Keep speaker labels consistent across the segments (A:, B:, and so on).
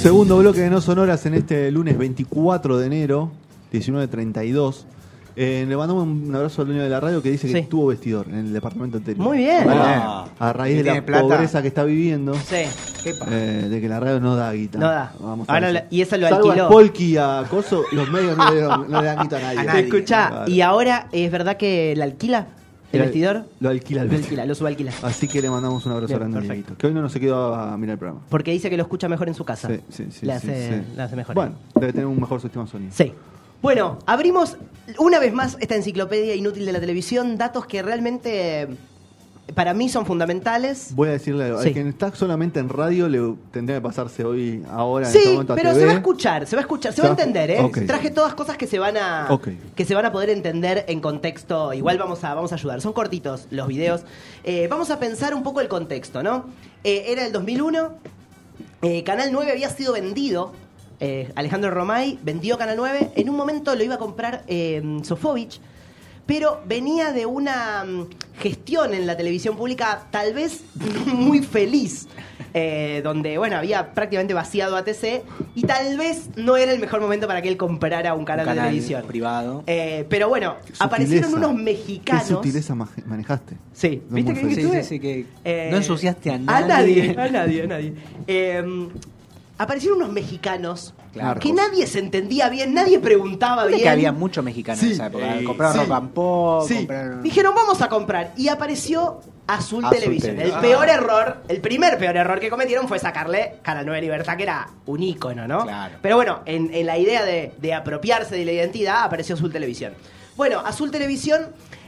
A: Segundo bloque de No Sonoras en este lunes 24 de enero, 19.32. Eh, le mandamos un abrazo al dueño de la radio que dice que
B: Sí.
A: estuvo vestidor en el departamento anterior.
B: Muy bien.
A: A, a raíz de
C: ¿Tiene
A: la
C: plata?
A: pobreza que está viviendo,
B: Sí.
A: eh, de que la radio no da guita.
B: No da.
A: Vamos a
B: Ahora
A: decir.
B: la- y eso lo
A: Salvo
B: alquiló.
A: a Polky y a Coso, los medios no le, dan- no le dan guita a nadie.
C: A nadie.
B: Escuchá,
A: Claro.
B: y ahora es verdad que la alquila el
A: Lo-
B: vestidor.
A: Lo alquila el
B: Lo alquila, lo subalquila.
A: Así que le mandamos un abrazo
B: Bien,
A: grande a
B: perfecto.
A: Dieguito, que hoy no nos se quedó a mirar el programa.
B: Porque dice que lo escucha mejor en su casa.
A: Sí, sí, sí.
B: Le
A: sí,
B: hace,
A: sí.
B: le hace mejor.
A: Bueno, debe tener un mejor sistema de sonido.
B: Sí. Bueno, abrimos una vez más esta enciclopedia inútil de la televisión, datos que realmente eh, para mí son fundamentales.
A: Voy a decirle algo.
B: Sí.
A: Al que está solamente en radio le tendría que pasarse hoy, ahora, en este
B: Sí,
A: momento a
B: pero
A: TV.
B: se va a escuchar, se va a escuchar, se
A: Se
B: va a
A: va-
B: entender, ¿eh?
A: Ok.
B: Traje todas cosas que se van a
A: Ok.
B: que se van a poder entender en contexto. Igual vamos a vamos a ayudar. Son cortitos los videos. Eh, vamos a pensar un poco el contexto, ¿no? Eh, era el 2001. eh, Canal 9 había sido vendido. eh, Alejandro Romay vendió Canal 9. En un momento lo iba a comprar eh, Sofovich. Pero venía de una mm, gestión en la televisión pública tal vez muy feliz, eh, donde bueno había prácticamente vaciado a TC y tal vez no era el mejor momento para que él comprara un canal, de televisión.
C: privado.
B: Eh, pero bueno,
A: Qué
B: aparecieron
A: sutileza.
B: unos mexicanos.
A: Qué sutileza maje- manejaste.
B: Sí, ¿viste
A: No, muy
B: que bien que
A: feliz.
B: estuve?
C: Sí, sí, sí, que
B: Eh,
C: no ensuciaste a
B: A nadie,
C: nadie.
B: a nadie, a nadie. Eh, aparecieron unos mexicanos
C: Claro.
B: que nadie se entendía bien, nadie preguntaba
C: Viste
B: bien.
C: que había muchos mexicanos
A: Sí.
C: en esa época.
A: Sí.
C: Compraron
A: Sí.
C: rock and pop,
A: Sí.
C: compraron...
B: Dijeron, vamos a comprar. Y apareció Azul,
C: Azul
B: Televisión.
C: Televisión.
B: El peor error, el primer peor error que cometieron fue sacarle Canal 9 Libertad, que era un ícono, ¿no?
C: Claro.
B: Pero bueno, en, en la idea de, de apropiarse de la identidad apareció Azul Televisión. Bueno, Azul Televisión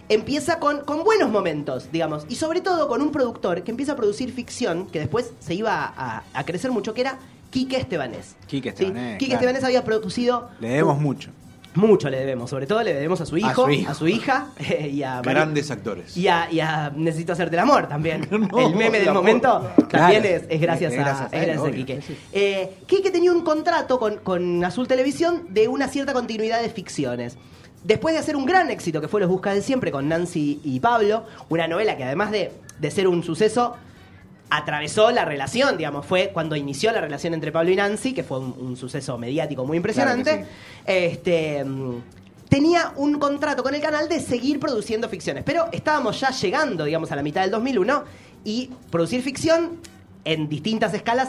B: empieza con, con buenos momentos, digamos, y sobre todo con un productor que empieza a producir ficción que después se iba a, a- a crecer mucho, que era Quique Estebanés.
C: Quique
B: ¿Sí?
C: Estebanés,
B: Quique
C: claro.
B: Estebanés había producido...
C: Le debemos mucho.
B: Mucho le debemos, sobre todo le debemos a su hijo, a su,
C: su hijo.
B: hija eh, y a Mari-
D: Grandes actores.
B: y a, y a Necesito hacerte el amor también.
D: No,
B: el meme del
D: el amor.
B: momento
C: Claro.
B: también es, es gracias,
C: Es
B: a,
C: gracias a
B: es
C: él,
B: gracias a
C: obvio.
B: Quique.
C: Sí, sí.
B: Eh, Quique tenía un contrato con, con Azul Televisión de una cierta continuidad de ficciones. Después de hacer un gran éxito que fue Los Busca de Siempre con Nancy y Pablo, una novela que además de, de ser un suceso, atravesó la relación, digamos, fue cuando inició la relación entre Pablo y Nancy, que fue un, un suceso mediático muy impresionante.
C: Claro que sí.
B: Este. mm, Tenía un contrato con el canal de seguir produciendo ficciones. Pero estábamos ya llegando, digamos, a la mitad del 2001 y producir ficción en distintas escalas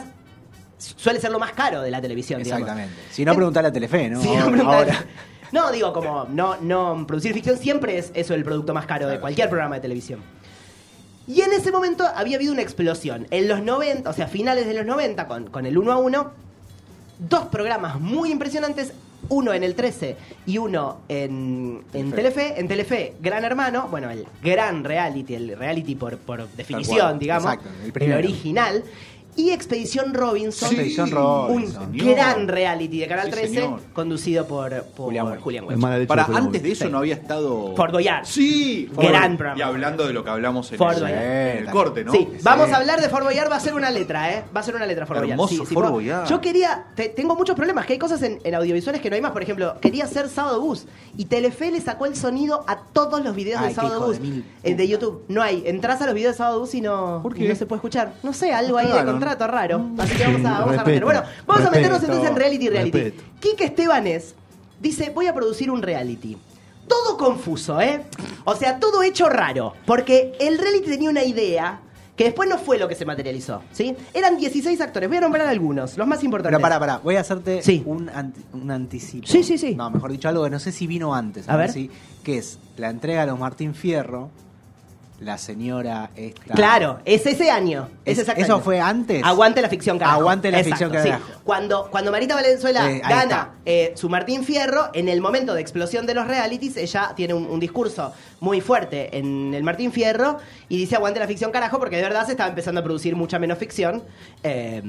B: suele ser lo más caro de la televisión, digamos.
C: Exactamente. Si no, preguntale a Telefe, ¿no?
B: Eh, Sí,
C: Ahora-
B: no, preguntar-
C: ahora.
B: No, digo, como no, no producir ficción siempre es eso el producto más caro de cualquier programa de televisión. Y en ese momento había habido una explosión. En los 90, o sea, finales de los 90, con, con el 1 a 1, dos programas muy impresionantes, uno en el 13 y uno en, en Telefe. En Telefe, Gran Hermano, bueno, el gran reality, el reality por, por definición, digamos,
C: exacto, el
B: el,
C: primero.
B: original, y Expedición Robinson,
C: Sí, Expedición Robinson,
B: un
D: señor.
B: gran reality de Canal
D: Sí,
B: 13,
D: señor.
B: conducido por, por
C: Julián Weich.
B: Julián
A: Es
B: Weich.
A: mala leche
D: Para
A: del programa.
D: antes de eso
B: Sí.
D: no había estado.
B: Fort Boyard.
D: Sí,
B: Gran
D: Boyard.
B: programa.
D: Y hablando de lo que hablamos en,
B: Fort
D: el,
B: Boyard.
D: en el corte, ¿no?
B: Sí, vamos a hablar de Fort Boyard, va a ser una letra, ¿eh? Va a ser una letra Fort Boyard.
D: Hermoso
B: Sí, sí,
D: Fort
B: va-
D: Boyard.
B: Yo quería, te- tengo muchos problemas, que hay cosas en, en audiovisuales que no hay más. Por ejemplo, quería hacer Sábado Bus y Telefe le sacó el sonido a todos los videos
C: Ay,
B: de
C: qué
B: Sábado
C: hijo
B: Bus
C: de mil
B: eh, de
C: puta.
B: YouTube. No hay, entras a los videos de Sábado Bus y no,
D: ¿Por
B: y
D: qué?
B: no se puede escuchar. No sé, algo ahí de
C: Claro.
B: contrato raro. Así que vamos a, vamos a
A: Respeto,
B: meter. Bueno, vamos a meternos
A: respeto,
B: entonces en reality reality.
A: respeto.
B: Quique Estebanes dice, voy a producir un reality. Todo confuso, ¿eh? O sea, todo hecho raro. Porque el reality tenía una idea que después no fue lo que se materializó, ¿sí? Eran 16 actores. Voy a nombrar algunos, los más importantes.
C: Pero pará, pará. Voy a hacerte
B: Sí.
C: un, anti- un anticipo.
B: Sí, sí, sí.
C: No, mejor dicho, algo que no sé si vino antes.
B: A ver.
C: si- que es la entrega a los Martín Fierro, la señora esta...
B: Claro, es ese año. Es,
C: Es-
B: exacto
C: ¿eso
B: año.
C: fue antes?
B: Aguante la ficción, carajo.
C: Aguante la
B: Exacto,
C: ficción, carajo.
B: sí. Cuando, cuando Marita Valenzuela
C: Eh, ahí está.
B: gana eh, su Martín Fierro, en el momento de explosión de los realities, ella tiene un, un discurso muy fuerte en el Martín Fierro y dice aguante la ficción, carajo, porque de verdad se estaba empezando a producir mucha menos ficción. Eh,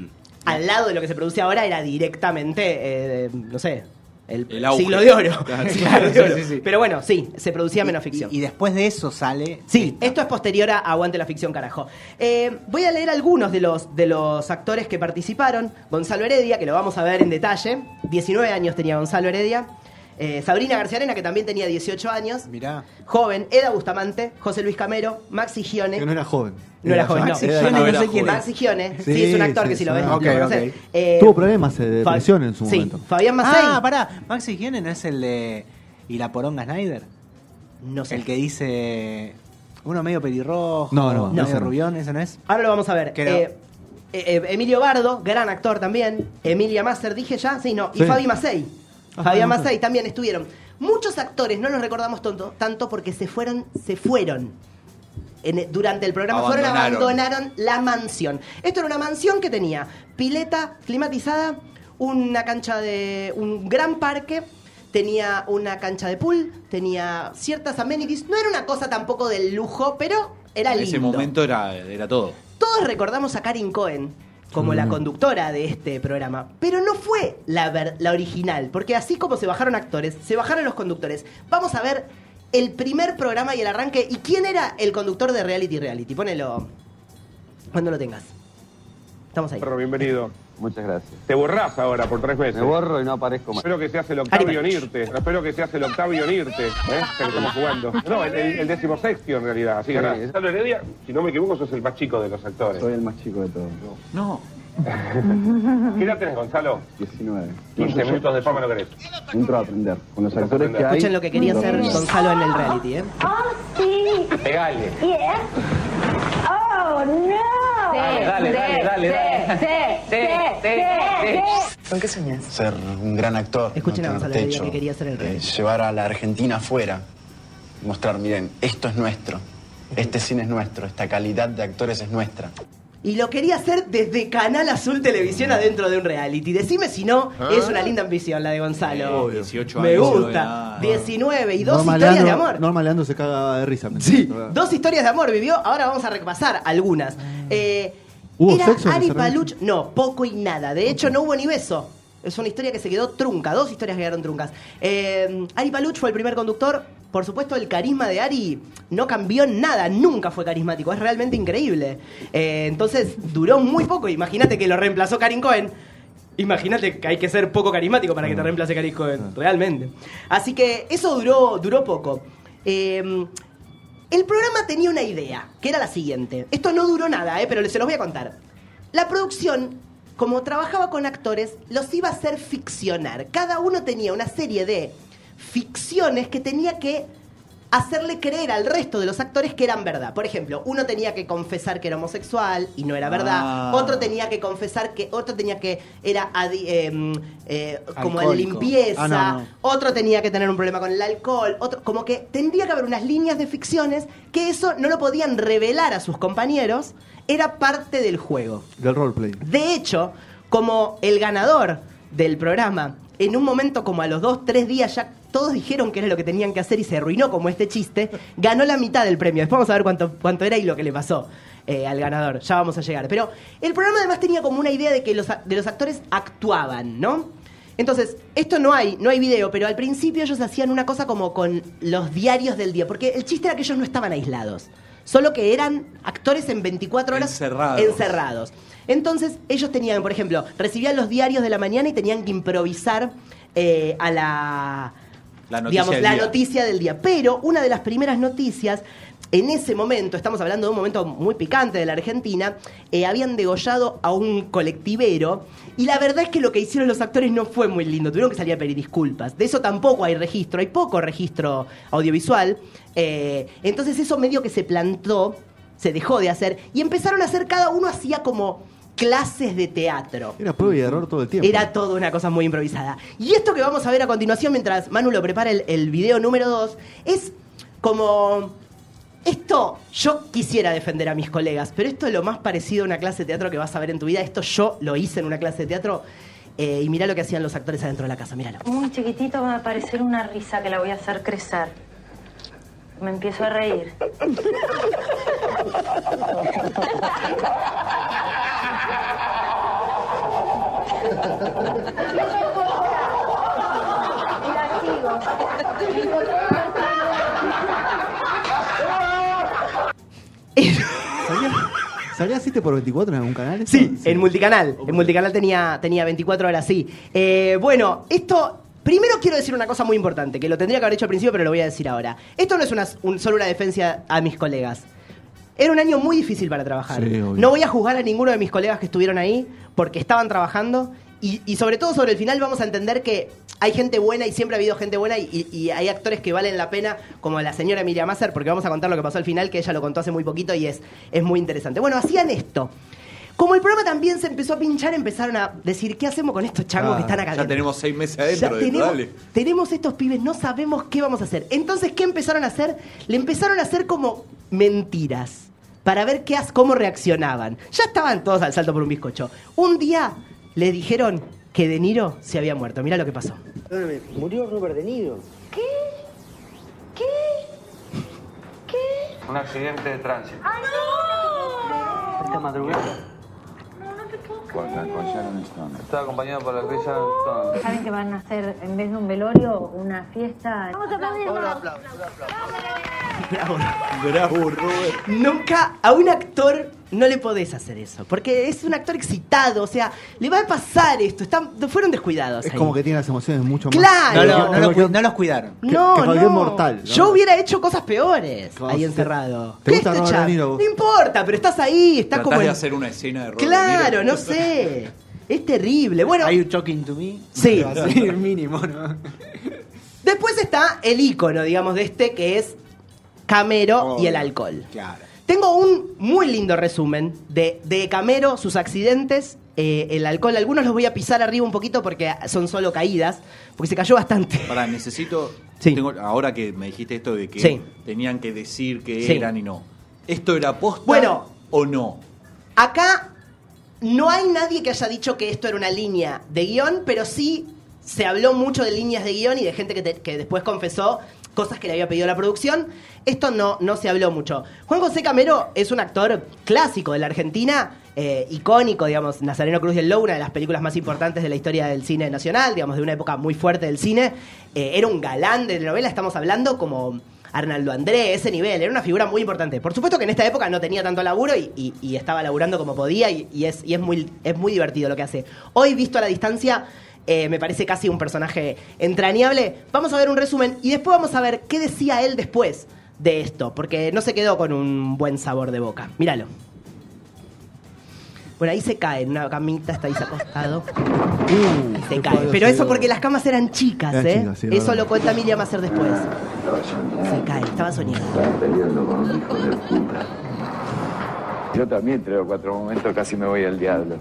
B: al lado de lo que se produce ahora era directamente, eh, no sé, el,
D: El auge.
B: siglo de oro.
D: Claro.
B: Siglo de
C: Sí,
B: oro.
C: sí, sí.
B: Pero bueno, sí, se producía
C: Y-
B: menos ficción.
C: Y, y después de eso sale...
B: Sí, esto es posterior a Aguante la ficción, carajo. Eh, voy a leer algunos de los, de los actores que participaron. Gonzalo Heredia, que lo vamos a ver en detalle. 19 años tenía Gonzalo Heredia. Eh, Sabrina García Arena, que también tenía 18 años.
C: Mirá.
B: Joven, Eda Bustamante, José Luis Camero, Maxi Gione.
A: Que no era joven.
B: No era
C: Ah,
B: joven, Pues no.
A: Maxi
B: Era
A: Gione,
C: no
A: era
C: sé
A: joven.
C: quién es.
B: Maxi Gione, sí,
A: Sí,
B: es un actor
A: sí,
B: que si lo
A: sí.
B: ves,
A: Ah,
B: lo
C: ok,
B: conocés.
C: ok.
B: Eh,
A: Tuvo problemas de depresión
B: Fa-
A: en su
B: sí,
A: momento.
B: Fabián Macei.
C: Ah, pará. Maxi Giene no es el de. ¿Y la poronga Snyder?
B: no sé.
C: El que dice. Uno medio pelirrojo.
A: No, no,
C: medio
A: ese no.
C: rubión, ¿ese no es?
B: Ahora lo vamos a ver.
C: Que no.
B: Eh, eh, eh, Emilio Bardo, gran actor también. Emilia Masser, dije ya, sí, no. Y
A: Sí.
B: Fabi Macei.
A: Ah,
B: Fabián
A: Fabi Macei.
B: Macei también estuvieron. Muchos actores, no los recordamos tonto- tanto porque se fueron, se fueron. En- eh, durante el programa
D: Abandonaron.
B: fueron, abandonaron la mansión. Esto era una mansión que tenía pileta climatizada, una cancha de. un gran parque, tenía una cancha de pool, tenía ciertas amenities. No era una cosa tampoco del lujo, pero era
D: En
B: lindo.
D: ese momento era, era todo.
B: Todos recordamos a Karin Cohen como la conductora de este programa, pero no fue la, ver- la original, porque así como se bajaron actores, se bajaron los conductores. Vamos a ver el primer programa y el arranque. ¿Y quién era el conductor de Reality Reality? Ponelo cuando lo tengas. Estamos ahí.
E: Perro, bienvenido.
F: Muchas gracias.
E: Te borrás ahora por tres veces.
F: Me borro y no aparezco más.
E: Espero que seas el octavio en
B: Arriba.
E: irte. Espero que seas el octavio en irte. ¿eh? Ya que estamos jugando. No, el, el, el decimosexto en realidad. Así ganás.
F: Sí.
E: Sandro Heredia, si no me equivoco, sos el más chico de los actores.
F: Soy el más chico de todos.
D: No.
E: ¿Qué edad tenés, Gonzalo?
F: 19.
E: 15 minutos de fama no querés.
F: Entro a aprender. Con los actores que hay.
B: Escuchen lo que quería hacer
G: Mm.
B: Gonzalo en el reality, ¿eh?
H: Oh, sí.
E: Pegale.
H: Yes. Oh, no.
I: dale, dale, dale, dale.
J: ¿Con qué soñás? Ser un gran actor.
B: Escuchen a
J: no tener
B: Gonzalo Heredia,
J: techo,
B: que quería ser el rey.
J: eh, llevar a la Argentina afuera. Mostrar, miren, esto es nuestro. Este cine es nuestro. Esta calidad de actores es nuestra.
B: Y lo quería hacer desde Canal Azul Televisión adentro de un reality. Decime si no, es una linda ambición la de Gonzalo.
D: Eh, 18
B: Me
D: años,
B: gusta.
D: no era-
B: 19 y dos
A: Norma
B: historias de
A: Leandro-
B: amor.
A: Norma Leandro se caga de risa.
B: Sí, dos historias de amor vivió. Ahora vamos a repasar algunas. Eh,
A: Mm. ¿Hubo
B: era
A: sexo en
B: Ari
A: ese reality?
B: Paluch. No, poco y nada. De hecho, no hubo ni beso. Es una historia que se quedó trunca. Dos historias quedaron truncas. Eh, Ari Paluch fue el primer conductor. Por supuesto, el carisma de Ari no cambió en nada. Nunca fue carismático. Es realmente increíble. Eh, entonces, duró muy poco. Imagínate que lo reemplazó Karin Cohen. Imagínate que hay que ser poco carismático para que
A: Mm.
B: te reemplace Karin
A: Ah.
B: Cohen, realmente. Así que eso duró, duró poco. Eh, el programa tenía una idea, que era la siguiente. Esto no duró nada, eh, pero se los voy a contar. La producción, como trabajaba con actores, los iba a hacer ficcionar. Cada uno tenía una serie de ficciones que tenía que hacerle creer al resto de los actores que eran verdad. Por ejemplo, uno tenía que confesar que era homosexual y no era verdad.
D: Ah.
B: Otro tenía que confesar que otro tenía que era adi- eh, eh, como
C: Alcohólico.
B: de limpieza.
C: Ah, no, no.
B: Otro tenía que tener un problema con el alcohol, otro, como que tendría que haber unas líneas de ficciones que eso no lo podían revelar a sus compañeros, era parte del juego.
A: Del roleplay.
B: De hecho, como el ganador del programa, en un momento como a los dos, tres días ya todos dijeron que era lo que tenían que hacer y se arruinó como este chiste, ganó la mitad del premio. Después vamos a ver cuánto, cuánto era y lo que le pasó eh, al ganador. Ya vamos a llegar. Pero el programa además tenía como una idea de que los, a- de los actores actuaban, ¿no? Entonces, esto no hay, no hay video, pero al principio ellos hacían una cosa como con los diarios del día, porque el chiste era que ellos no estaban aislados, solo que eran actores en 24 horas
D: Encerrados.
B: encerrados cerrados. Entonces, ellos tenían, por ejemplo, recibían los diarios de la mañana y tenían que improvisar eh, a la,
D: La noticia
B: digamos,
D: del
B: la
D: día.
B: noticia del día. Pero una de las primeras noticias, en ese momento, estamos hablando de un momento muy picante de la Argentina, eh, habían degollado a un colectivero y la verdad es que lo que hicieron los actores no fue muy lindo, tuvieron que salir a pedir disculpas. De eso tampoco hay registro, hay poco registro audiovisual. Eh, entonces eso medio que se plantó, se dejó de hacer y empezaron a hacer, cada uno hacía como clases de teatro.
A: Era prueba y error todo el tiempo.
B: Era toda una cosa muy improvisada. Y esto que vamos a ver a continuación, mientras Manu lo prepara el, el video número 2, es como. Esto yo quisiera defender a mis colegas, pero esto es lo más parecido a una clase de teatro que vas a ver en tu vida. Esto yo lo hice en una clase de teatro. eh, y mirá lo que hacían los actores adentro de la casa, míralo.
K: Muy chiquitito va a aparecer una risa que la voy a hacer crecer. Me empiezo a reír. Y la sigo.
A: ¿Salía, salía 7 por 24 en algún canal? eso?
B: Sí, en multicanal. En multicanal tenía, tenía 24 horas, sí. Eh, bueno, esto Primero quiero decir una cosa muy importante, que lo tendría que haber hecho al principio, pero lo voy a decir ahora. Esto no es una, un- solo una defensa a mis colegas. Era un año muy difícil para trabajar.
A: Sí, obvio.
B: no voy a juzgar a ninguno de mis colegas que estuvieron ahí porque estaban trabajando y, y sobre todo sobre el final vamos a entender que hay gente buena y siempre ha habido gente buena y, y hay actores que valen la pena como la señora Emilia Masser porque vamos a contar lo que pasó al final que ella lo contó hace muy poquito y es, es muy interesante. Bueno, hacían esto. Como el programa también se empezó a pinchar, empezaron a decir, ¿qué hacemos con estos changos que están acá?
D: Ah, Ya
B: adentro?"
D: tenemos seis meses
B: Ya
D: adentro. de-
B: tenemos,
D: dale.
B: tenemos estos pibes, no sabemos qué vamos a hacer. Entonces, ¿qué empezaron a hacer? Le empezaron a hacer como mentiras para ver qué, as- cómo reaccionaban. Ya estaban todos al salto por un bizcocho. Un día le dijeron que De Niro se había muerto. Mira lo que pasó.
L: Murió Robert De Niro.
M: Un accidente de tránsito.
H: ¡Ah,
L: Esta madrugada.
M: Estaba acompañado por la actriz Sharon Stone.
K: ¿Saben que van a hacer, en vez de un velorio, una fiesta? Vamos a
B: Bravo. Nunca a un actor no le podés hacer eso. Porque es un actor excitado. O sea, le va a pasar esto. Están, fueron descuidados.
A: Es
B: ahí.
A: como que tiene las emociones mucho más.
B: Claro.
A: que-
B: Ah, No, no,
A: que-
B: no lo
A: que-
C: No los cuidaron.
A: que-
B: No,
A: que cualquier
B: no.
A: mortal, ¿no?
B: Yo hubiera hecho cosas peores
A: Como
B: ahí
A: si-
B: encerrado.
A: ¿Te
B: ¿Qué
A: gusta
B: es este
A: Robert
B: chat?
A: De Niro?
B: No importa, pero estás ahí, estás
D: Tratás
B: como.
D: de
B: en-
D: hacer una escena de Robert
B: Claro,
D: De Niro.
B: no sé. Es terrible. Bueno,
C: Are you talking to me?
B: Sí.
C: Así, mínimo, ¿no?
B: después está el icono, digamos, de este que es Camero y el alcohol.
C: Claro.
B: Tengo un muy lindo resumen de, de Camero, sus accidentes, eh, el alcohol. Algunos los voy a pisar arriba un poquito porque son solo caídas, porque se cayó bastante.
D: Pará, necesito.
B: Sí.
D: tengo- ahora que me dijiste esto de que
B: Sí.
D: tenían que decir que
B: Sí.
D: eran y no. ¿Esto era posta
B: Bueno.
D: o no?
B: Acá no hay nadie que haya dicho que esto era una línea de guión, pero sí se habló mucho de líneas de guión y de gente que, te- que después confesó cosas que le había pedido la producción. Esto no, no se habló mucho. Juan José Camero es un actor clásico de la Argentina, eh, icónico, digamos, Nazareno Cruz del Loura, una de las películas más importantes de la historia del cine nacional, digamos, de una época muy fuerte del cine. Eh, era un galán de novela, estamos hablando como... Arnaldo André, ese nivel, era una figura muy importante. Por supuesto que en esta época no tenía tanto laburo y, y- y estaba laburando como podía y, y es, y es, muy, es muy divertido lo que hace. Hoy, visto a la distancia, eh, me parece casi un personaje entrañable. Vamos a ver un resumen y después vamos a ver qué decía él después de esto, porque no se quedó con un buen sabor de boca. Míralo. Bueno, ahí se cae en una camita, está ahí acostado.
A: Uh,
B: Se
A: qué
B: cae.
A: palo
B: Pero
A: se
B: eso
A: dio.
B: porque las camas eran chicas,
A: Eran
B: ¿eh?
A: chicas, sí,
B: eso
A: verdad.
B: lo cuenta Emilia Macer después. Se cae, estaba soñando.
M: Yo también tres o cuatro momentos casi me voy al diablo.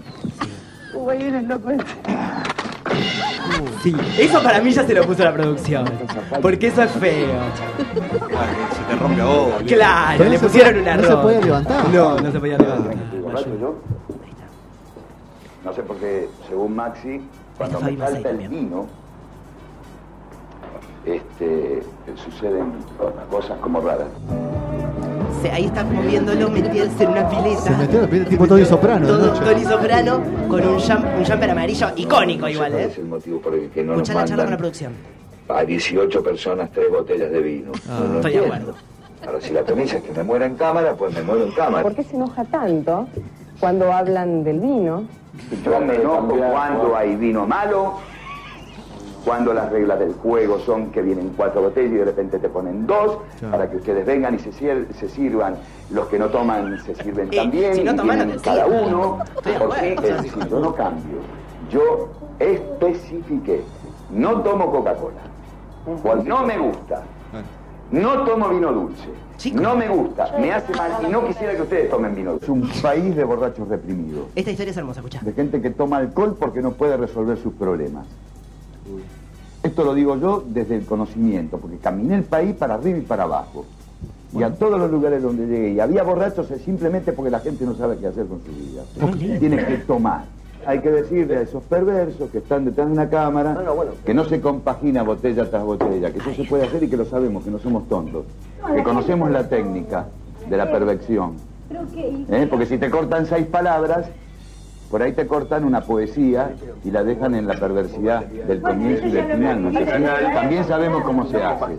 B: Sí, eso para mí ya se lo puso la producción. Porque eso es feo.
D: Ah, que se te rompe a vos. boludo.
B: Claro,
A: Pero
B: le
A: no se
B: pusieron
A: puede-
B: una
A: no se
B: ropa.
A: puede levantar.
B: No, no se podía levantar.
J: No sé por qué, según Maxi,
B: cuando Fabi me Masai falta el también.
J: vino, este, suceden cosas como raras.
B: Se- ahí está moviéndolo, metiéndose en una pileta.
A: Se metió la piel tipo Tony Soprano. de
B: Todo
A: noche.
B: Tony Soprano con un, jump- un jumper amarillo icónico igual,
J: Es
B: ¿eh?
J: el motivo por el que no
B: Escuchá la
J: nos
B: charla con la
J: mandan
B: producción.
J: a 18 personas tres botellas de vino. No lo
B: Ah, estoy de
J: entiendo. Ahora, si la premisa es que me muera en cámara, pues me muero en cámara.
H: ¿Por qué se enoja tanto cuando hablan del vino?
J: Yo me enojo cuando hay vino malo, cuando las reglas del juego son que vienen cuatro botellas y de repente te ponen dos
A: Claro.
J: para que ustedes vengan y se, cier- se sirvan. Los que no toman se sirven
B: Eh,
J: también.
B: si no
J: y
B: toman, no
J: vienen
B: te
J: cada
B: sirven.
J: uno.
B: Estoy de
J: Porque,
B: acuerdo.
J: es decir, yo no cambio. Yo especifiqué. No tomo Coca-Cola. cual No me gusta. No tomo vino dulce.
B: Chicos.
J: No me gusta. Me hace mal y no quisiera que ustedes tomen vino dulce. Es un país de borrachos reprimidos
B: Esta historia es hermosa, escuchá.
J: de gente que toma alcohol porque no puede resolver sus problemas. Esto lo digo yo desde el conocimiento, porque caminé el país para arriba y para abajo. Y a todos los lugares donde llegué, y había borrachos es simplemente porque la gente no sabe qué hacer con su vida. Tiene que tomar. Hay que decirle a esos perversos que están detrás de una cámara que no se compagina botella tras botella, que eso se puede hacer y que lo sabemos, que no somos tontos, que conocemos la técnica de la perversión. ¿Eh? Porque si te cortan seis palabras, por ahí te cortan una poesía y la dejan en la perversidad del comienzo y del final. ¿no? También sabemos cómo se hace.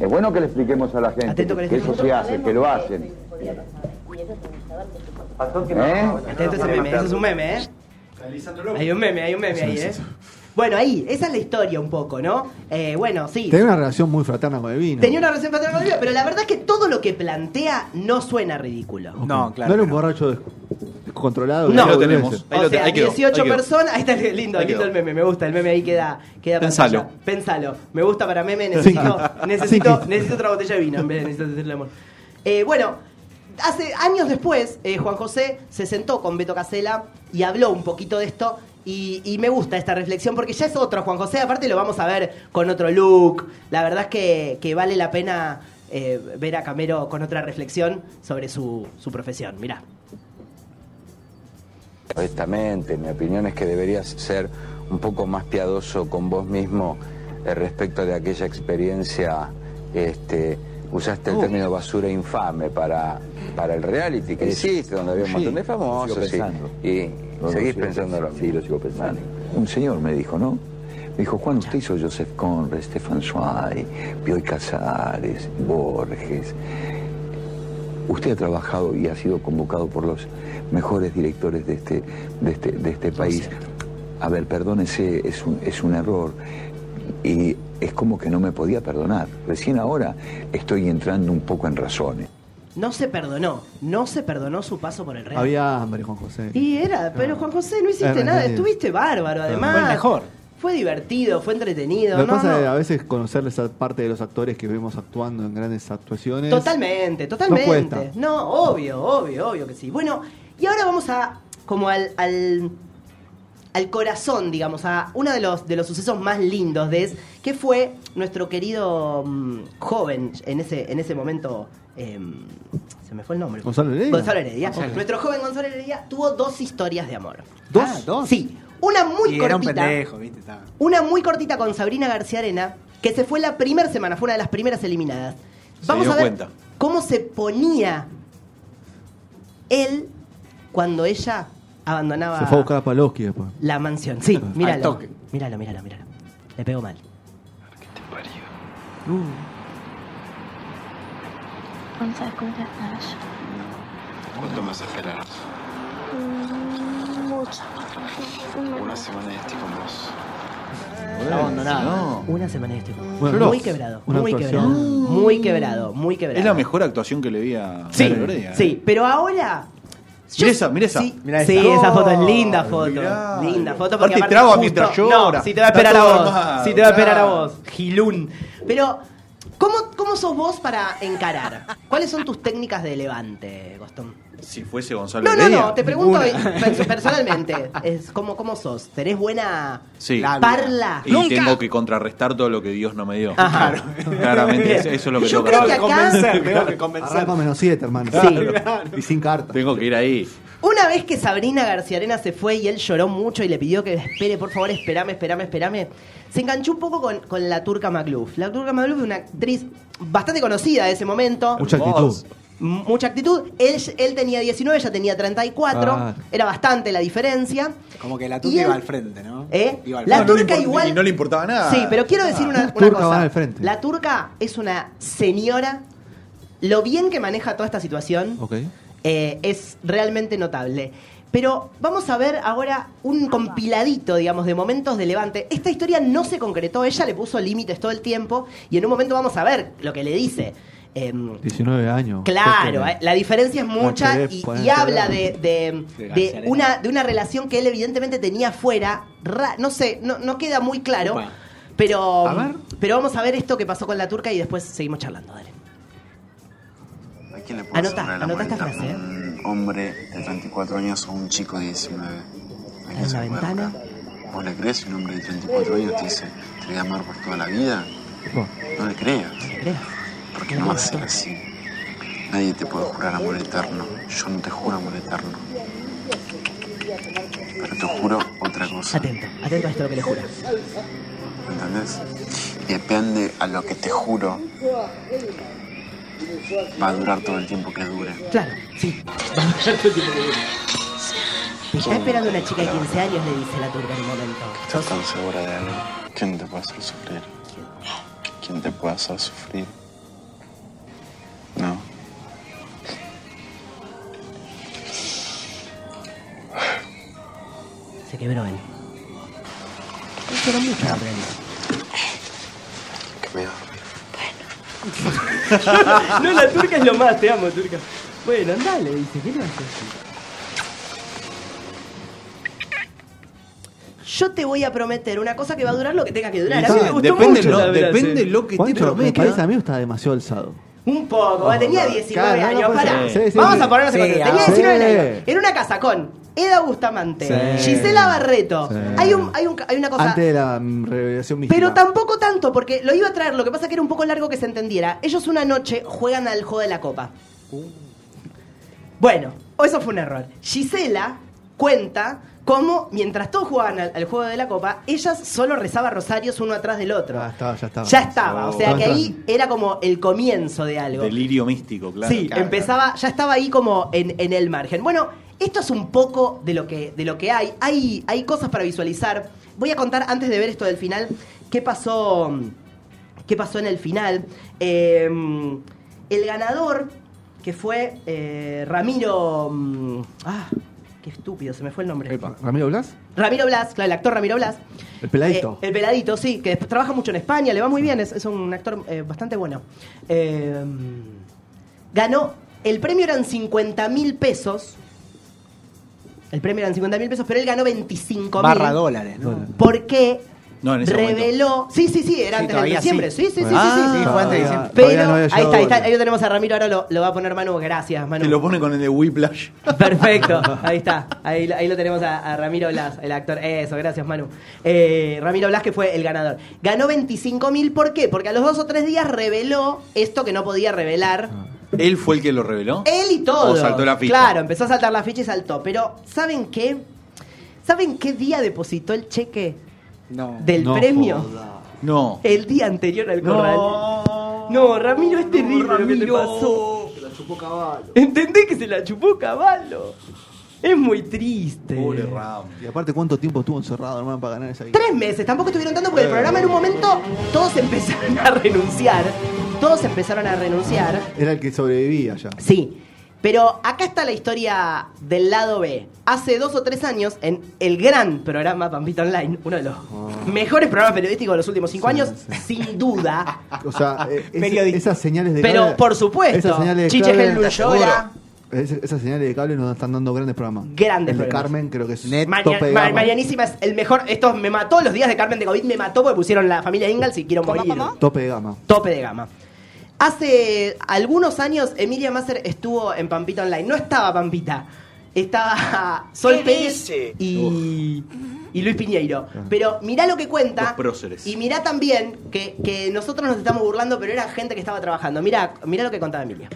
J: Es bueno que le expliquemos a la gente
B: Atento con
J: que
B: este
J: eso se hace, que lo hacen. ¿Eh?
B: Este, Atento a ese meme, eso es un meme, ¿eh? Hay un meme, hay un meme ahí, ¿eh? Bueno, ahí, esa es la historia un poco, ¿no? Eh, bueno, sí.
A: Tenía una relación muy fraterna con el vino.
B: Tenía una relación fraterna con el vino, pero la verdad es que todo lo que plantea no suena ridículo.
A: No, claro. No era un borracho des- descontrolado.
D: No. Ahí lo
A: que era
D: tenemos.
A: ese.
D: Ahí
B: o
D: lo te-
B: sea,
D: ahí quedó, ahí
B: 18
D: quedó.
B: personas. Ahí está lindo, lindo
D: Ahí quedó.
B: el meme. Me gusta, el meme ahí queda. queda
D: Pensalo.
B: pantalla. Pensalo. Me gusta para meme. Necesito,
D: Thinking.
B: necesito,
D: Thinking.
B: necesito otra botella de vino en vez de necesito decirle amor. Eh, bueno, hace años después, eh, Juan José se sentó con Beto Casela y habló un poquito de esto. Y, y me gusta esta reflexión porque ya es otro Juan José. Aparte, lo vamos a ver con otro look. La verdad es que, que vale la pena eh, ver a Camero con otra reflexión sobre su, su profesión. Mirá.
M: Honestamente, mi opinión es que deberías ser un poco más piadoso con vos mismo eh, respecto de aquella experiencia. Este, usaste el término basura infame para, para el reality que
J: Sí.
M: hiciste, donde había un
J: Sí,
M: montón de
J: lo sigo
M: famosos. sí.
J: pensando.
M: Y
J: No, no,
M: seguís
J: sigo
M: pensando lo
J: pensando,
M: mismo.
J: sí, lo sigo pensando. Un señor me dijo, ¿no? Me dijo, Juan, usted hizo Joseph Conrad, Stefan Zweig, Bioy Casares, Borges. Usted ha trabajado y ha sido convocado por los mejores directores de este, de este, de este país. A ver, perdónese, es un, es un error. Y es como que no me podía perdonar. Recién ahora estoy entrando un poco en razones.
B: No se perdonó, no se perdonó su paso por el Real.
A: Había Ah. hambre, Juan José.
B: Y era, pero Juan José, no hiciste
A: Era
B: nada,
A: entendido.
B: estuviste bárbaro, además.
A: Fue el mejor.
B: Fue divertido, fue entretenido.
A: Ah. Lo que
B: no,
A: pasa
B: no.
A: es a veces conocer esa parte de los actores que vemos actuando en grandes actuaciones.
B: Totalmente, totalmente.
A: No cuesta.
B: No, obvio, obvio, obvio que sí. Bueno, y ahora vamos a como al, al, al corazón, digamos, a uno de los, de los sucesos más lindos de es, que fue nuestro querido mm, joven en ese, en ese momento. em, se me fue el nombre.
A: Gonzalo Heredia.
B: Gonzalo Heredia.
A: Ah, ok.
B: Nuestro joven Gonzalo Heredia tuvo dos historias de amor.
A: ¿Dos?
B: Sí. Una muy
C: y
B: cortita.
C: era un pendejo, ¿viste? Estaba-
B: Una muy cortita con Sabrina García Arena, que se fue la primera semana, fue una de las primeras eliminadas. Vamos
D: dio
B: a ver
D: cuenta.
B: cómo se ponía él cuando ella abandonaba
A: Se fue a buscar a Paloski después.
B: la mansión. Sí,
A: Al
B: míralo.
A: toque.
B: Míralo, míralo, míralo. Le pego mal.
K: No sabes cómo te estás.
G: ¿Cuánto más esperar?
K: Mucho.
G: Una semana y estoy con vos.
B: abandonado. Una semana y estoy con-
D: Bueno,
B: muy
D: no.
B: quebrado,
D: Una
B: muy
D: actuación.
B: quebrado, muy
A: Ah.
B: quebrado, muy quebrado.
D: Es la mejor actuación que le vi a
B: Sí,
D: Mario Heredia, ¿eh?
B: sí, pero ahora
D: Mira esa, mira esa. Oh,
B: Sí, sí, esa foto es linda foto. linda foto porque
D: Aparte
B: aparte
D: traba
B: justo-
D: mientras llora.
B: No, si te va a
D: Está
B: esperar a
D: todo
B: vos.
D: armado,
B: si te va a esperar a
D: claro.
B: vos. Gilún. Pero, ¿cómo, ¿cómo sos vos para encarar? ¿Cuáles son tus técnicas de levante, Gostón?
D: Si fuese Gonzalo
B: No, no,
D: Heredia,
B: no, te pregunto
D: ninguna.
B: per- personalmente. Es, ¿cómo, ¿Cómo sos? ¿Tenés buena
D: Sí.
B: parla?
D: Y tengo que contrarrestar todo lo que Dios no me dio.
B: Ajá.
D: Claramente, eso es lo que
B: Yo
D: tengo
B: creo
D: hacer.
B: que acá- Convencer,
A: tengo que Arranca menos siete, hermano.
D: Sí.
A: Y sin carta.
D: Tengo que ir ahí.
B: Una vez que Sabrina García Arena se fue y él lloró mucho y le pidió que espere, por favor, esperame, esperame, esperame, se enganchó un poco con, con la turca Magluf. La turca Magluf es una actriz bastante conocida de ese momento.
A: Mucha actitud.
B: M- Mucha actitud. Él, él tenía 19, ella tenía 34.
C: Ah.
B: Era bastante la diferencia.
C: Como que la
B: Y
C: turca
B: él-
C: iba al frente, ¿no?
B: ¿Eh?
C: Iba al
B: La
C: frente.
B: turca igual.
D: Y no le importaba nada.
B: Sí, pero quiero decir una, una
A: turca
B: cosa.
A: va al frente.
B: La turca es una señora. Lo bien que maneja toda esta situación
A: Ok.
B: eh, es realmente notable. Pero vamos a ver ahora un compiladito, digamos, de momentos de Levante. Esta historia no se concretó, ella le puso límites todo el tiempo y en un momento vamos a ver lo que le dice. Em,
A: 19 años.
B: Claro, eh, la diferencia es
A: La
B: mucha
A: querés
B: y,
A: poner
B: y habla
A: en
B: de, de-
A: el De
B: de
A: García
B: una, de una relación que él evidentemente tenía fuera. ra- no sé, no, no queda muy claro.
A: Upa.
B: Pero,
A: A ver.
B: pero vamos a ver esto que pasó con la turca y después seguimos charlando. Dale.
G: ¿A quién le puedo
B: Anota,
G: sobrar el
B: anota
G: amor
B: esta
G: interno?
B: frase. ¿eh?
G: ¿Un hombre de 34 años o un chico de 19? ¿A quién
B: En
G: se
B: la
G: le puede
B: ventana.
G: jurar? ¿Vos le crees? Un hombre de 34 años te dice, te voy a amar por toda la vida. No le creas. Porque no va a ser así. Nadie te puede jurar amor eterno. Yo no te juro amor eterno. Pero te juro otra cosa.
B: Atento, atento a esto lo que le jura.
G: ¿Entendés? Y depende a lo que te juro, va a durar todo el tiempo que dure.
B: Claro, sí. Te está esperando una chica de 15 años, le dice la turca en un momento.
G: ¿Estás tan segura de algo? ¿Quién te puede hacer sufrir? ¿Quién te puede hacer sufrir? No.
B: Se quebró él. Pero mucho.
G: Que me dormí.
B: no, la turca es lo más, te amo, turca. Bueno, andale, dice, ¿qué le haces? Yo te voy a prometer una cosa que va a durar lo que tenga que durar. A mí me gustó
A: Depende
B: mucho.
A: lo-
B: la verdad,
A: depende
B: sí.
A: lo que te
B: Juancho,
A: prometa.
B: me parece a
A: mí está demasiado alzado.
B: Un poco, tenía 19
A: Claro, no,
B: años,
A: no,
B: pará.
A: pues, sí, sí,
B: Vamos
A: sí.
B: a ponernos en
A: Sí,
B: contexto. Tenía
A: ahora.
B: 19
A: Sí.
B: años. Era una casa con Eda Bustamante,
A: Sí.
B: Gisela Barreto.
A: Sí.
B: Hay, un- hay un- hay una cosa.
A: Antes de la mm, revelación mística.
B: Pero tampoco tanto, porque lo iba a traer, lo que pasa que era un poco largo que se entendiera. Ellos una noche juegan al juego de la copa. Bueno, o eso fue un error. Gisela cuenta cómo, mientras todos jugaban al, al juego de la copa, ellas solo rezaba rosarios uno atrás del otro.
A: Ya Ah, estaba, ya estaba.
B: Ya estaba, o sea
A: Estaba
B: que
A: entrando.
B: ahí era como el comienzo de algo.
D: Delirio místico, claro.
B: sí,
D: Claro,
B: empezaba, ya estaba ahí como en, en el margen. Bueno, esto es un poco de lo que, de lo que hay. hay. Hay cosas para visualizar. Voy a contar antes de ver esto del final qué pasó. ¿Qué pasó en el final? Eh, el ganador, que fue eh, Ramiro. mm, Ah, qué estúpido, se me fue el nombre.
A: ¿Ramiro Blas?
B: Ramiro Blas, claro, el actor Ramiro Blas.
A: El peladito.
B: Eh, el peladito, sí, que después trabaja mucho en España, le va muy bien, es, es un actor eh, bastante bueno. Eh, ganó, el premio eran 50 mil pesos. El premio eran 50 mil pesos, pero él ganó 25 mil.
C: Barra dólares, ¿no?
B: Porque
C: No, en ese
B: reveló. Sí, sí, sí, era
C: Sí,
B: antes de
C: todavía
B: diciembre.
C: sí.
B: Sí, sí, sí, sí,
C: Ah,
B: sí, sí.
C: sí, fue antes de diciembre.
B: Pero
C: Todavía no había
B: ahí
C: llegado
B: está, ahí está,
C: Bola.
B: ahí lo tenemos a Ramiro, ahora lo, lo va a poner Manu. Gracias, Manu.
D: Te lo pone con el de Whiplash.
B: Perfecto, ahí está. Ahí, ahí lo tenemos a, a Ramiro Blas, el actor. Eso, gracias Manu. Eh, Ramiro Blas, que fue el ganador. Ganó 25 mil, ¿por qué? Porque a los dos o tres días reveló esto que no podía revelar.
D: ¿Él fue el que lo reveló?
B: Él y todo.
D: O Ah. Oh, saltó la ficha.
B: Claro, empezó a saltar la ficha y saltó. Pero, ¿saben qué? ¿Saben qué día depositó el cheque
C: No.
B: del premio?
D: No.
B: El día anterior al
D: No.
B: corral. No, Ramiro, este es terrible lo que te pasó.
A: Se la chupó caballo.
B: ¿Entendés que se la chupó caballo? Es muy triste.
A: Pobre Ram. Y aparte, ¿cuánto tiempo estuvo encerrado, hermano, para ganar esa guita?
B: Tres meses, tampoco estuvieron tanto porque el programa en un momento todos empezaron a renunciar. Todos empezaron a renunciar.
A: Era el que sobrevivía ya.
B: Sí. Pero acá está la historia del lado B. Hace dos o tres años, en el gran programa Pampita Online, uno de los
A: Ah.
B: mejores programas periodísticos de los últimos cinco años, sin duda.
A: O sea, eh, ese-
B: Periodista.
A: esas señales de
B: Pero,
A: cable-
B: por supuesto,
A: Esas señales de
B: Chiche
A: cable-
B: Hellblum llora.
A: Ese- esas señales de cable nos están dando grandes programas.
B: Grandes
A: El de
B: programas.
A: Carmen creo que es
B: Maña-
A: tope de
B: Ma-
A: gama.
B: Marianísima es el mejor. Esto me mató los días de Carmen de Covid, me mató porque pusieron la familia Ingalls y quiero morir.
A: Tope de gama.
B: Tope de gama. Hace algunos años Emilia Masser estuvo en Pampita Online. No estaba Pampita. Estaba Sol
L: ¿Qué
B: Pérez
L: dice?
B: y, y Luis Piñeiro.
A: Ah.
B: Pero mirá lo que cuenta.
D: Próceres.
B: Y mirá también que, que nosotros nos estamos burlando, pero era gente que estaba trabajando. Mirá, mirá lo que contaba Emilia.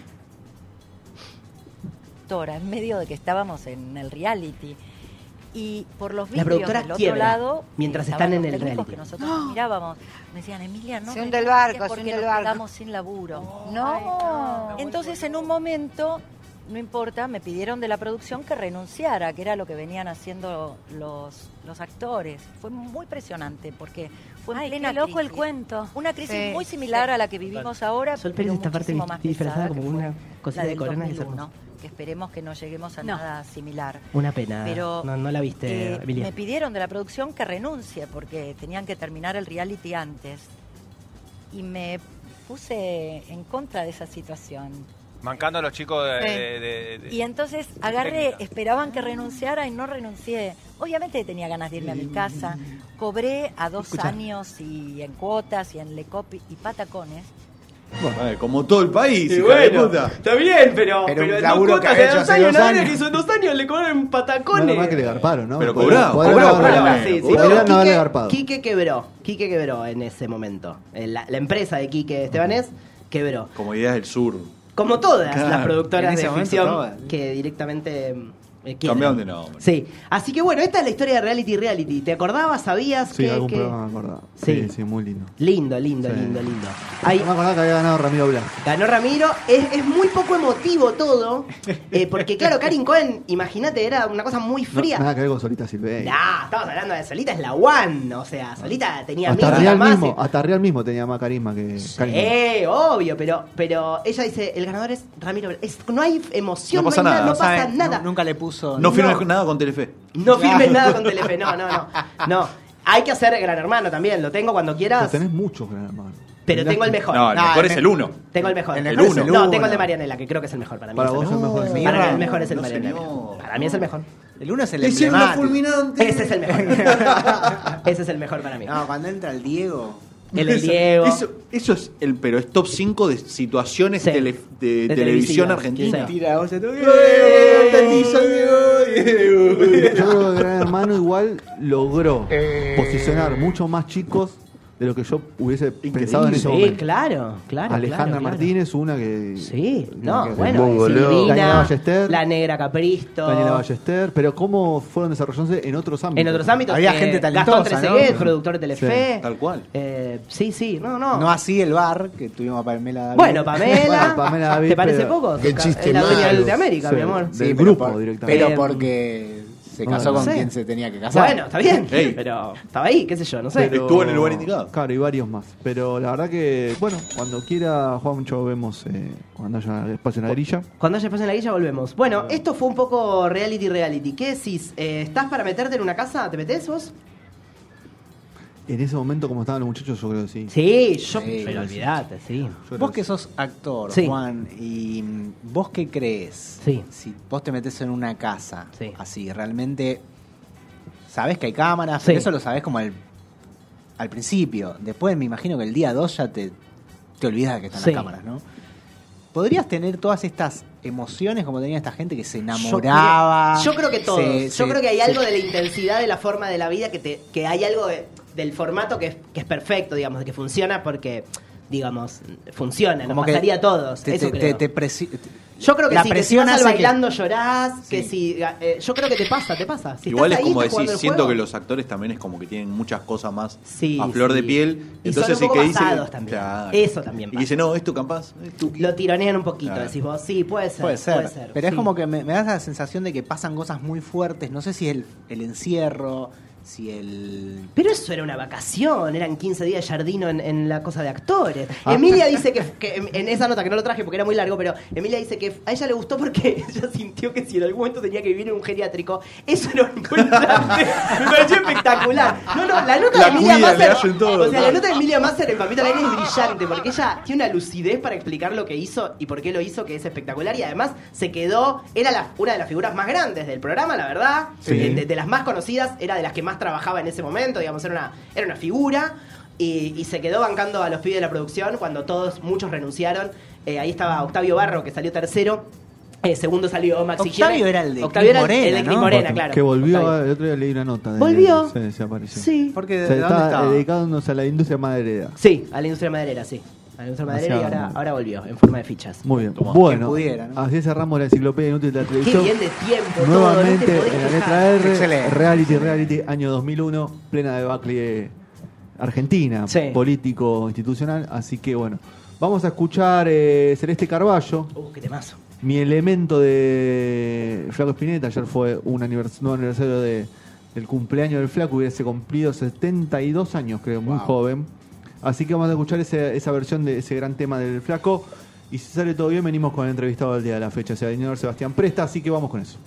N: productora, en medio de que estábamos en el reality. Y por los
B: La
N: vídeos
B: productora
N: del otro
B: quiebra
N: lado, eh,
B: mientras
N: estaban
B: están en
N: los
B: el
N: técnicos
B: reality.
N: que nosotros mirábamos, me decían, Emilia, no
O: Se
N: me
O: hunde el
N: denuncias
O: barco, se
N: porque
O: hunde el
N: nos
O: barco".
N: quedamos sin laburo.
O: No.
N: Entonces, en un momento, no importa, me pidieron de la producción que renunciara, que era lo que venían haciendo los, los actores. Fue muy presionante porque fue en
O: Ay,
N: plena
O: qué loco el
N: crisis.
O: cuento.
N: Una crisis
O: Sí,
N: muy similar
O: sí.
N: a la que vivimos ahora,
B: Sol
N: pero
B: Pérez esta parte
N: muchísimo más
B: disfrazada
N: pesada,
B: como
N: que fue
B: una cosita
N: la
B: de
N: del
B: corona es
N: 2001,
B: hermosa.
N: que esperemos que no lleguemos a
B: No.
N: nada similar.
B: Una pena.
N: Pero,
B: Ah, no, no la viste,
N: Eh,
B: Emilia.
N: me pidieron de la producción que renuncie porque tenían que terminar el reality antes. Y me puse en contra de esa situación.
P: Mancando a los chicos de...
N: Sí.
D: Eh,
P: de- de- de-
N: Y entonces agarré, esperaban que renunciara y no renuncié. Obviamente tenía ganas de irme a mi casa. Cobré a dos
D: Escuchá.
N: años y en cuotas y en Lecop y patacones.
D: Ay, como todo el país.
B: Y
D: hija
B: bueno,
D: de puta.
B: está bien, pero,
D: Pero un
B: en
D: laburo
B: dos cuotas
D: que ha
B: de
D: hecho
B: dos
D: hace
B: años,
D: dos
B: una nena
D: años.
B: que hizo dos años le cobraron patacones.
A: Menos mal que le garparon, ¿no?
D: Pero
A: Podría-
D: cobraba,
A: podría
D: cobraba,
A: haber-
D: cobraba,
B: Sí, sí,
A: podría
B: pero
A: no haberle
B: Quique-
A: garpado.
B: Quique quebró, Quique quebró en ese momento. Eh, La, la empresa de Quique Estebanés quebró.
D: Como ideas del sur.
B: Como todas
D: Claro,
B: las
D: en
B: productoras
D: ese
B: de
D: momento
B: ficción
D: todas.
B: que directamente eh, quiebran.
D: Cambiaron de nombre.
B: Sí, así que bueno, esta es la historia de Reality Reality. ¿Te acordabas? ¿Sabías
A: Sí,
B: que,
A: algún
B: que-
A: programa me acordaba.
B: Sí.
A: Sí, sí, muy lindo.
B: Lindo, lindo,
A: Sí.
B: lindo, lindo.
A: No me acordaba que había ganado Ramiro Blas.
B: Ganó Ramiro, es, es muy poco emotivo todo, eh, porque claro, Karin Cohen, imagínate, era una cosa muy
A: No,
B: fría.
A: nada que ver con Solita Silveira.
B: Nah, estamos hablando de Solita es la one, o sea, Solita tenía
A: Ah. hasta
B: mil
A: Real
B: más.
A: mismo, hasta Real mismo tenía más carisma que Karim.
B: Eh, obvio, pero, pero ella dice, el ganador es Ramiro. Blas". Es- no hay emoción,
D: No
B: no,
D: pasa
B: hay nada,
D: nada,
B: no
D: no
B: pasa
D: sabe,
B: nada.
C: Nunca le puso.
D: No firmes
B: No.
D: nada con Telefe.
B: No firmes nada con Telefe, no, no, no. No. Hay que hacer Gran Hermano también, lo tengo cuando
A: Pero
B: quieras.
A: tenés muchos gran hermanos.
B: Pero
A: Mirá
B: tengo el
A: que-
B: mejor. me- Tengo el mejor.
A: El uno.
B: No, tengo el de Marianela, que creo que es el mejor para mí.
A: Para
B: es el
A: vos es el
B: mejor.
A: mejor.
B: Para mí
A: Mierda.
B: el mejor es el
A: No,
B: Marianela. Para mí es el mejor.
C: El uno es el
B: Le hicieron una
C: emblemático.
B: Ese es el mejor. Ese es el mejor para mí.
C: No, cuando entra el Diego.
B: El del Diego.
D: Eso, eso es el, pero es top 5 de situaciones tele- de, televisión
B: televisiva.
D: argentina.
B: Sí.
C: Tira, o sea, tú-
A: Yo creo que Gran Hermano igual logró
C: Eh,
A: posicionar mucho más chicos de lo que yo hubiese pensado en ese
B: Sí,
A: momento.
B: claro, claro.
A: Alejandra
B: claro, claro.
A: Martínez, una que.
B: Sí,
A: que-
B: No, bueno,
A: Bongo, Leo. Daniela
B: Silvina,
A: Ballester.
B: la negra Capristo.
A: Daniela Ballester, pero cómo fueron desarrollándose en otros ámbitos.
B: En otros ámbitos, eh, Gastón Trezeguet, productor de Telefe. Sí, tal
D: cual.
B: sí, sí, no, no.
C: No así el bar que tuvimos a Pamela David.
B: Bueno, Pamela, ¿te parece poco?
C: Qué
B: Ca- es la dueña del- de América, mi amor. Eh,
C: Sí, pero
A: grupo
C: por-
A: directamente.
C: Pero porque se
A: Bueno,
C: casó
A: no
C: con
A: sé.
C: quien se tenía que casar.
B: Bueno, está bien, pero estaba ahí, qué sé yo, no sé.
A: Claro, y varios más. Pero la verdad que, bueno, cuando quiera, Juancho, vemos eh, cuando haya espacio en la grilla.
B: Cuando haya espacio en la guilla volvemos. Bueno, esto fue un poco reality reality. ¿Qué decís? Eh, ¿Estás para meterte en una casa? ¿Te metés vos?
A: En ese momento, como estaban los muchachos, yo creo que sí.
B: Sí, yo-
A: creo
B: pero
A: que sí.
B: olvidate, sí.
C: Vos
A: Yo creo
C: que sos actor,
A: Sí.
C: Juan, y mm, vos qué crees?
B: Sí.
C: Si vos te metés en una casa
B: Sí.
C: así, realmente sabés que hay cámaras,
B: Sí.
C: pero eso lo sabés como al, al principio. Después me imagino que el día 2 ya te, te olvidás de que están
B: Sí.
C: las cámaras, ¿no? ¿Podrías tener todas estas emociones como tenía esta gente que se
B: Yo creo-
C: enamoraba?
B: Yo creo que todos.
C: se-
B: yo
C: se-
B: creo que hay
C: se-
B: algo de la intensidad de la forma de la vida que, te, que hay algo de- del formato que es, que es perfecto, digamos, de que funciona porque, digamos, funciona, nos
C: como que
B: pasaría a todos.
C: te-
B: eso
C: te-
B: creo.
C: te- te presi- te-
B: yo creo que
C: la
B: sí,
C: presión
B: que si vas al
C: hace que-
B: bailando llorás, que si eh, yo creo que te pasa, te pasa. Si
D: Igual es
B: estás ahí,
D: como
B: estás
D: decís,
B: jugando el
D: siento
B: juego.
D: que los actores también es como que tienen muchas cosas más
B: Sí,
D: a flor de
B: sí.
D: piel.
B: Y
D: entonces,
B: son un
D: que
B: poco
D: dice,
B: basados también.
D: Claro.
B: Eso también
D: Y que dice, no, esto capaz.
B: Lo tironean un poquito,
D: Claro.
B: decís vos, sí, puede ser.
C: Puede ser, pero es
B: sí.
C: como que me, me da la sensación de que pasan cosas muy fuertes. No sé si el, el encierro, si el.
B: Pero eso era una vacación, eran 15 días de jardino en, en la cosa de actores.
D: Ah.
B: Emilia dice que, que en, en esa nota que no lo traje porque era muy largo, pero Emilia dice que a ella le gustó porque ella sintió que si en algún momento tenía que vivir en un geriátrico, eso era un contraste. Me pareció espectacular. No, no, la nota
D: La
B: de Emilia
D: cuidan, le
B: Masser.
D: hacen todo,
B: o sea, la
D: claro.
B: nota de Emilia Masser en Papita Aire es brillante porque ella tiene una lucidez para explicar lo que hizo y por qué lo hizo, que es espectacular. Y además se quedó, era la- una de las figuras más grandes del programa, la verdad. Eh,
A: Sí.
B: De- de- de las más conocidas, era de las que más trabajaba en ese momento, digamos, era una, era una figura. Y, y se quedó bancando a los pibes de la producción cuando todos, muchos renunciaron. Eh, ahí estaba Octavio Barro, que salió tercero. Eh, segundo salió Maxi
C: Octavio
B: Jiménez.
C: era el de
B: Octavio
C: Cris
B: era el-
C: Morena,
B: el de
C: ¿no?
B: Cris Morena,
A: Porque-
B: claro.
A: Ah, Que volvió,
B: Octavio.
A: a- el otro día leí una nota. De,
B: Volvió.
A: Se, se apareció.
B: Sí.
C: Porque
A: Se
C: ¿de
A: está
C: dónde estaba?
A: dedicándose a la industria maderera.
B: Sí, a la industria maderera, sí. A la industria maderera y
A: Hacia-
B: ahora, ahora volvió, en forma de fichas.
A: Muy bien.
B: Tomá.
A: Bueno,
B: Quien pudiera, ¿no?
A: así cerramos la enciclopedia inútil de la
B: Qué
A: televisión.
B: bien de tiempo.
A: Nuevamente
B: todo, no te podés
A: en la
B: quejar.
A: letra E. R,
C: Excelente.
A: Reality Reality, año 2001, plena debacle argentina,
B: Sí.
A: político, institucional. Así que bueno, vamos a escuchar eh, Celeste Carballo,
B: Uh, qué temazo.
A: mi elemento de Flaco Espineta. Ayer fue un anivers- nuevo aniversario de- del cumpleaños del Flaco, hubiese cumplido 72 años, creo, muy joven. Así que vamos a escuchar ese- esa versión de ese gran tema del Flaco. Y si sale todo bien, venimos con el entrevistado del día de la fecha, o sea, el señor Sebastián Presta, así que vamos con eso.